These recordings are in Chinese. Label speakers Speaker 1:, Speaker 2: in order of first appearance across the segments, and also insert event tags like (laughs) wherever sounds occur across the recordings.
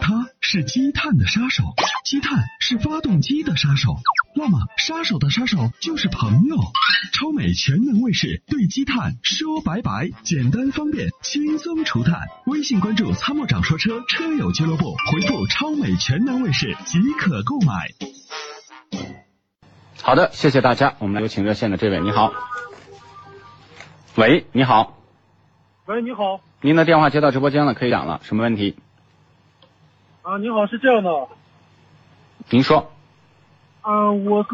Speaker 1: 它是积碳的杀手，积碳是发动机的杀手，那么杀手的杀手就是朋友。超美全能卫士对积碳说拜拜，简单方便，轻松除碳。微信关注“参谋长说车”车友俱乐部，回复“超美全能卫士”即可购买。”。
Speaker 2: 好的，谢谢大家。我们来有请热线的这位，你好。喂，你好，
Speaker 3: 喂，你好
Speaker 2: 您的电话接到直播间了，可以讲了。什么问题？
Speaker 3: 啊，你好，是这样的，
Speaker 2: 您说。
Speaker 3: 啊，我是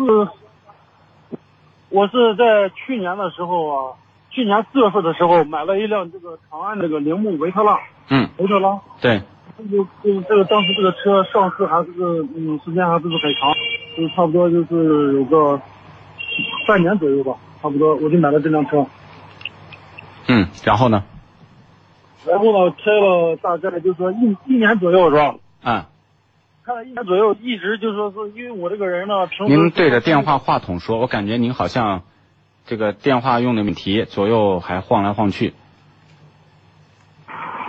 Speaker 3: 我是在去年的时候啊，去年四月份的时候买了一辆这个长安这个铃木维特拉，
Speaker 2: 嗯，
Speaker 3: 维特拉，
Speaker 2: 对，
Speaker 3: 就就这个当时这个车上市还是嗯时间还不是很长，就差不多就是有个半年左右吧，差不多我就买了这辆车，
Speaker 2: 嗯，然后呢？
Speaker 3: 然后呢开了大概就说一一年左右是吧？
Speaker 2: 啊，
Speaker 3: 开了一年左右，一直就说是因为我这个人呢，平时
Speaker 2: 您对着电话话筒说，我感觉您好像这个电话用的问题，左右还晃来晃去。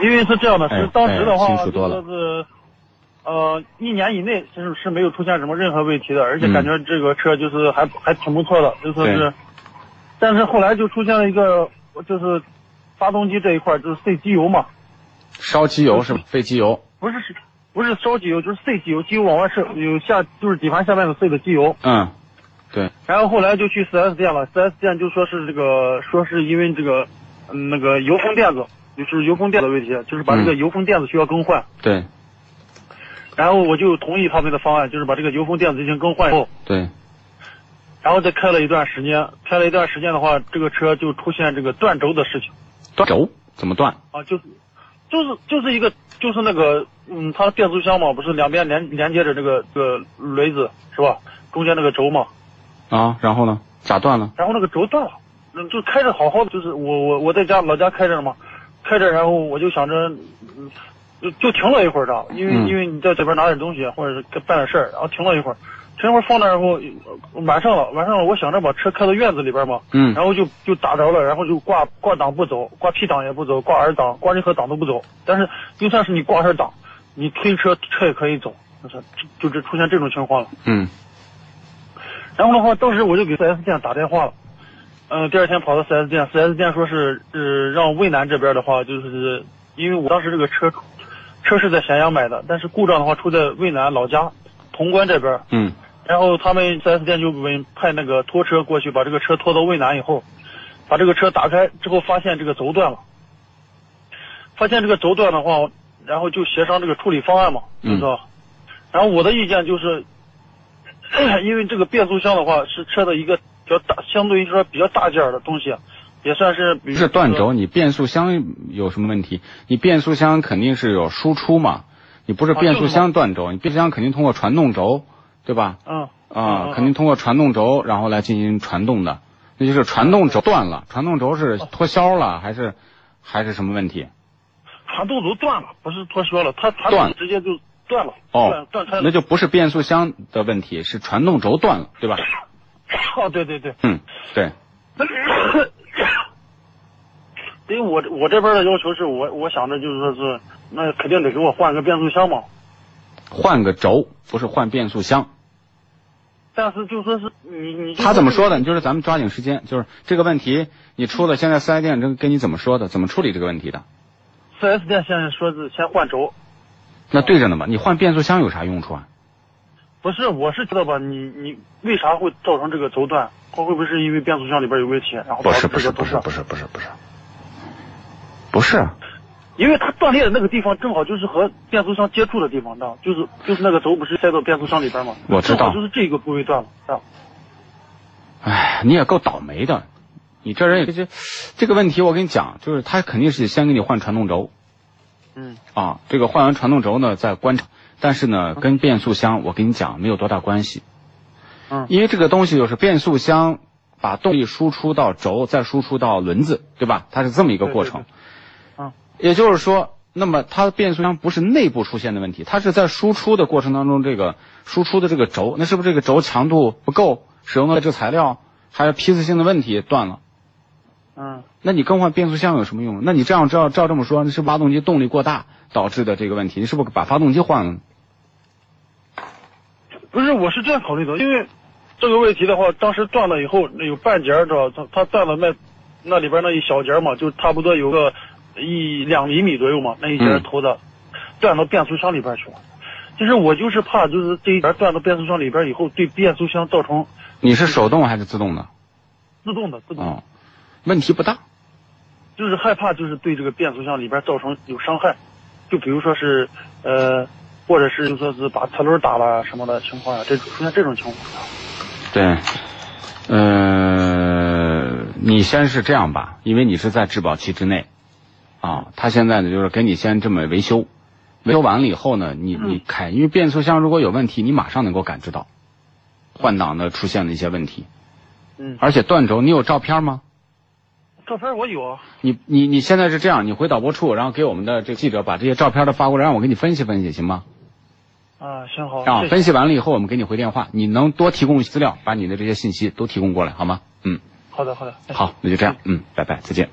Speaker 3: 因为是这样的，
Speaker 2: 哎
Speaker 3: 是当时的话，
Speaker 2: 哎清楚
Speaker 3: 就
Speaker 2: 多了
Speaker 3: 说是，呃，一年以内其实是没有出现什么任何问题的，而且
Speaker 2: 嗯
Speaker 3: 感觉这个车就是还、还挺不错的，就说
Speaker 2: 对
Speaker 3: 是，但是后来就出现了一个，就是发动机这一块儿就是碎机油嘛，
Speaker 2: 烧机油是吧？费机油。
Speaker 3: 不是不是烧机油，就是碎机油，机油往外渗，有下就是底盘下面的碎的机油。
Speaker 2: 嗯，对，
Speaker 3: 然后后来就去 4S 店了，4S 店就说是这个，说是因为这个，嗯，那个油封垫子，就是油封垫子的问题，就是把这个
Speaker 2: 嗯
Speaker 3: 油封垫子需要更换。
Speaker 2: 对，
Speaker 3: 然后我就同意他们的方案，就是把这个油封垫子进行更换以后，
Speaker 2: 对，
Speaker 3: 然后再开了一段时间，开了一段时间的话，这个车就出现这个断轴的事情
Speaker 2: 断轴怎么断？
Speaker 3: 啊，就是，就是就是一个就是那个嗯，它的变速箱嘛，不是两边连连接着这个这个轮子是吧？中间那个轴嘛，
Speaker 2: 啊，然后呢？咋断了？
Speaker 3: 然后那个轴断了，嗯，就开着好好的，就是我我我在家老家开着呢嘛，开着，然后我就想着，嗯，就就停了一会儿的，因为、
Speaker 2: 嗯
Speaker 3: 因为你在这边拿点东西或者是干办点事儿，然后停了一会儿，停一会儿放那儿，然后呃晚上了，晚上了，我想着把车开到院子里边嘛，
Speaker 2: 嗯
Speaker 3: 然后就就打着了，然后就挂挂档不走，挂 P 档也不走，挂 R 档，挂任何档都不走，但是就算是你挂 R 档，你推车车也可以走，就是就就出现这种情况了。
Speaker 2: 嗯
Speaker 3: 然后的话，当时我就给 4S 店打电话了，呃，第二天跑到 4S 店，4S 店说是呃让渭南这边的话，就是因为我当时这个车车是在咸阳买的，但是故障的话出在渭南老家潼关这边，
Speaker 2: 嗯
Speaker 3: 然后他们 4S 店就委派那个拖车过去，把这个车拖到渭南以后，把这个车打开之后，发现这个轴断了。发现这个轴断的话，然后就协商这个处理方案嘛，
Speaker 2: 嗯
Speaker 3: 就是吧？然后我的意见就是， (coughs) 因为这个变速箱的话是车的一个比较大，相对于说比较大件儿的东西，啊也算是比
Speaker 2: 不
Speaker 3: 如
Speaker 2: 是断
Speaker 3: 说
Speaker 2: 轴，你变速箱有什么问题？你变速箱肯定是有输出嘛，你不是
Speaker 3: 啊
Speaker 2: 变
Speaker 3: 就是
Speaker 2: 速
Speaker 3: 嘛
Speaker 2: 箱断轴，你变速箱肯定通过传动轴，对吧？
Speaker 3: 嗯
Speaker 2: 啊、
Speaker 3: 嗯嗯
Speaker 2: 肯定通过传动轴然后来进行传动的，那就是传动轴断了，传动轴是脱销
Speaker 3: 哦
Speaker 2: 了还是还是什么问题？
Speaker 3: 传动轴断了，不是脱销了，它传
Speaker 2: 断
Speaker 3: 动直接就断了，
Speaker 2: 哦
Speaker 3: 断啊断开了
Speaker 2: 那。就不是变速箱的问题，是传动轴断了，对吧？
Speaker 3: 哦，对对对。
Speaker 2: 嗯，对，
Speaker 3: (coughs) 因为我这我这边的要求是我我想着就是说是那肯定得给我换个变速箱嘛，
Speaker 2: 换个轴，不是换变速箱。
Speaker 3: 但是就说是你
Speaker 2: (laughs)
Speaker 3: 你就
Speaker 2: 他怎么说的？就是咱们抓紧时间，就是这个问题你出了，现在四 S 店跟跟你怎么说的？怎么处理这个问题的？
Speaker 3: 四 S 店现在说是先换轴，
Speaker 2: 那对着呢嘛，你换变速箱有啥用处啊？
Speaker 3: 不是我是觉得吧，你你为啥会造成这个轴断？会会不会是因为变速箱里边有问题，然后导致这个轴断？
Speaker 2: 是不是不是不是，啊
Speaker 3: 因为它断裂的那个地方正好就是和变速箱接触的地方，知道吗就是就是那个轴不是塞到变速箱里边吗？
Speaker 2: 我知道
Speaker 3: 正好就是这个部位断了，知道吗
Speaker 2: 哎，你也够倒霉的，你这人也这这个问题我跟你讲，就是他肯定是先给你换传动轴
Speaker 3: 嗯
Speaker 2: 啊，这个换完传动轴呢再观察，但是呢跟变速箱我跟你讲没有多大关系，
Speaker 3: 嗯
Speaker 2: 因为这个东西就是变速箱把动力输出到轴，再输出到轮子，对吧？它是这么一个过程。
Speaker 3: 对对对嗯
Speaker 2: 也就是说，那么它的变速箱不是内部出现的问题，它是在输出的过程当中，这个输出的这个轴，那是不是这个轴强度不够，使用的这个材料还有批次性的问题断了？
Speaker 3: 嗯，
Speaker 2: 那你更换变速箱有什么用？那你这样照照这么说，那是发动机动力过大导致的这个问题，你是不是把发动机换了？
Speaker 3: 不是，我是这样考虑的，因为这个问题的话，当时断了以后，那有半截儿，知道它它断了那那里边那一小节儿嘛，就差不多有个一两厘米左右嘛，那一节儿
Speaker 2: 嗯
Speaker 3: 头的、断到变速箱里边去了。其实我就是怕，就是这一节儿断到变速箱里边以后，对变速箱造成
Speaker 2: 你是手动还是自动的？
Speaker 3: 自动的自动的，
Speaker 2: 哦，问题不大。
Speaker 3: 就是害怕就是对这个变速箱里边造成有伤害，就比如说是呃，或者是就说是把车轮打了啊什么的情况呀、这出现这种情况。
Speaker 2: 对，呃，你先是这样吧，因为你是在质保期之内，啊，他现在呢就是给你先这么维修，维修完了以后呢，你你开，因为变速箱如果有问题，你马上能够感知到换挡的出现的一些问题，
Speaker 3: 嗯，
Speaker 2: 而且断轴，你有照片吗？
Speaker 3: 照片我有啊。
Speaker 2: 你你你现在是这样，你回导播处，然后给我们的这个记者把这些照片都发过来，让我给你分析分析，行吗？
Speaker 3: 啊，行好，
Speaker 2: 啊，
Speaker 3: 谢谢
Speaker 2: 分析完了以后，我们给你回电话，你能多提供资料，把你的这些信息都提供过来，好吗？嗯，
Speaker 3: 好的好的，哎
Speaker 2: 好，那就这样，嗯，拜拜，再见。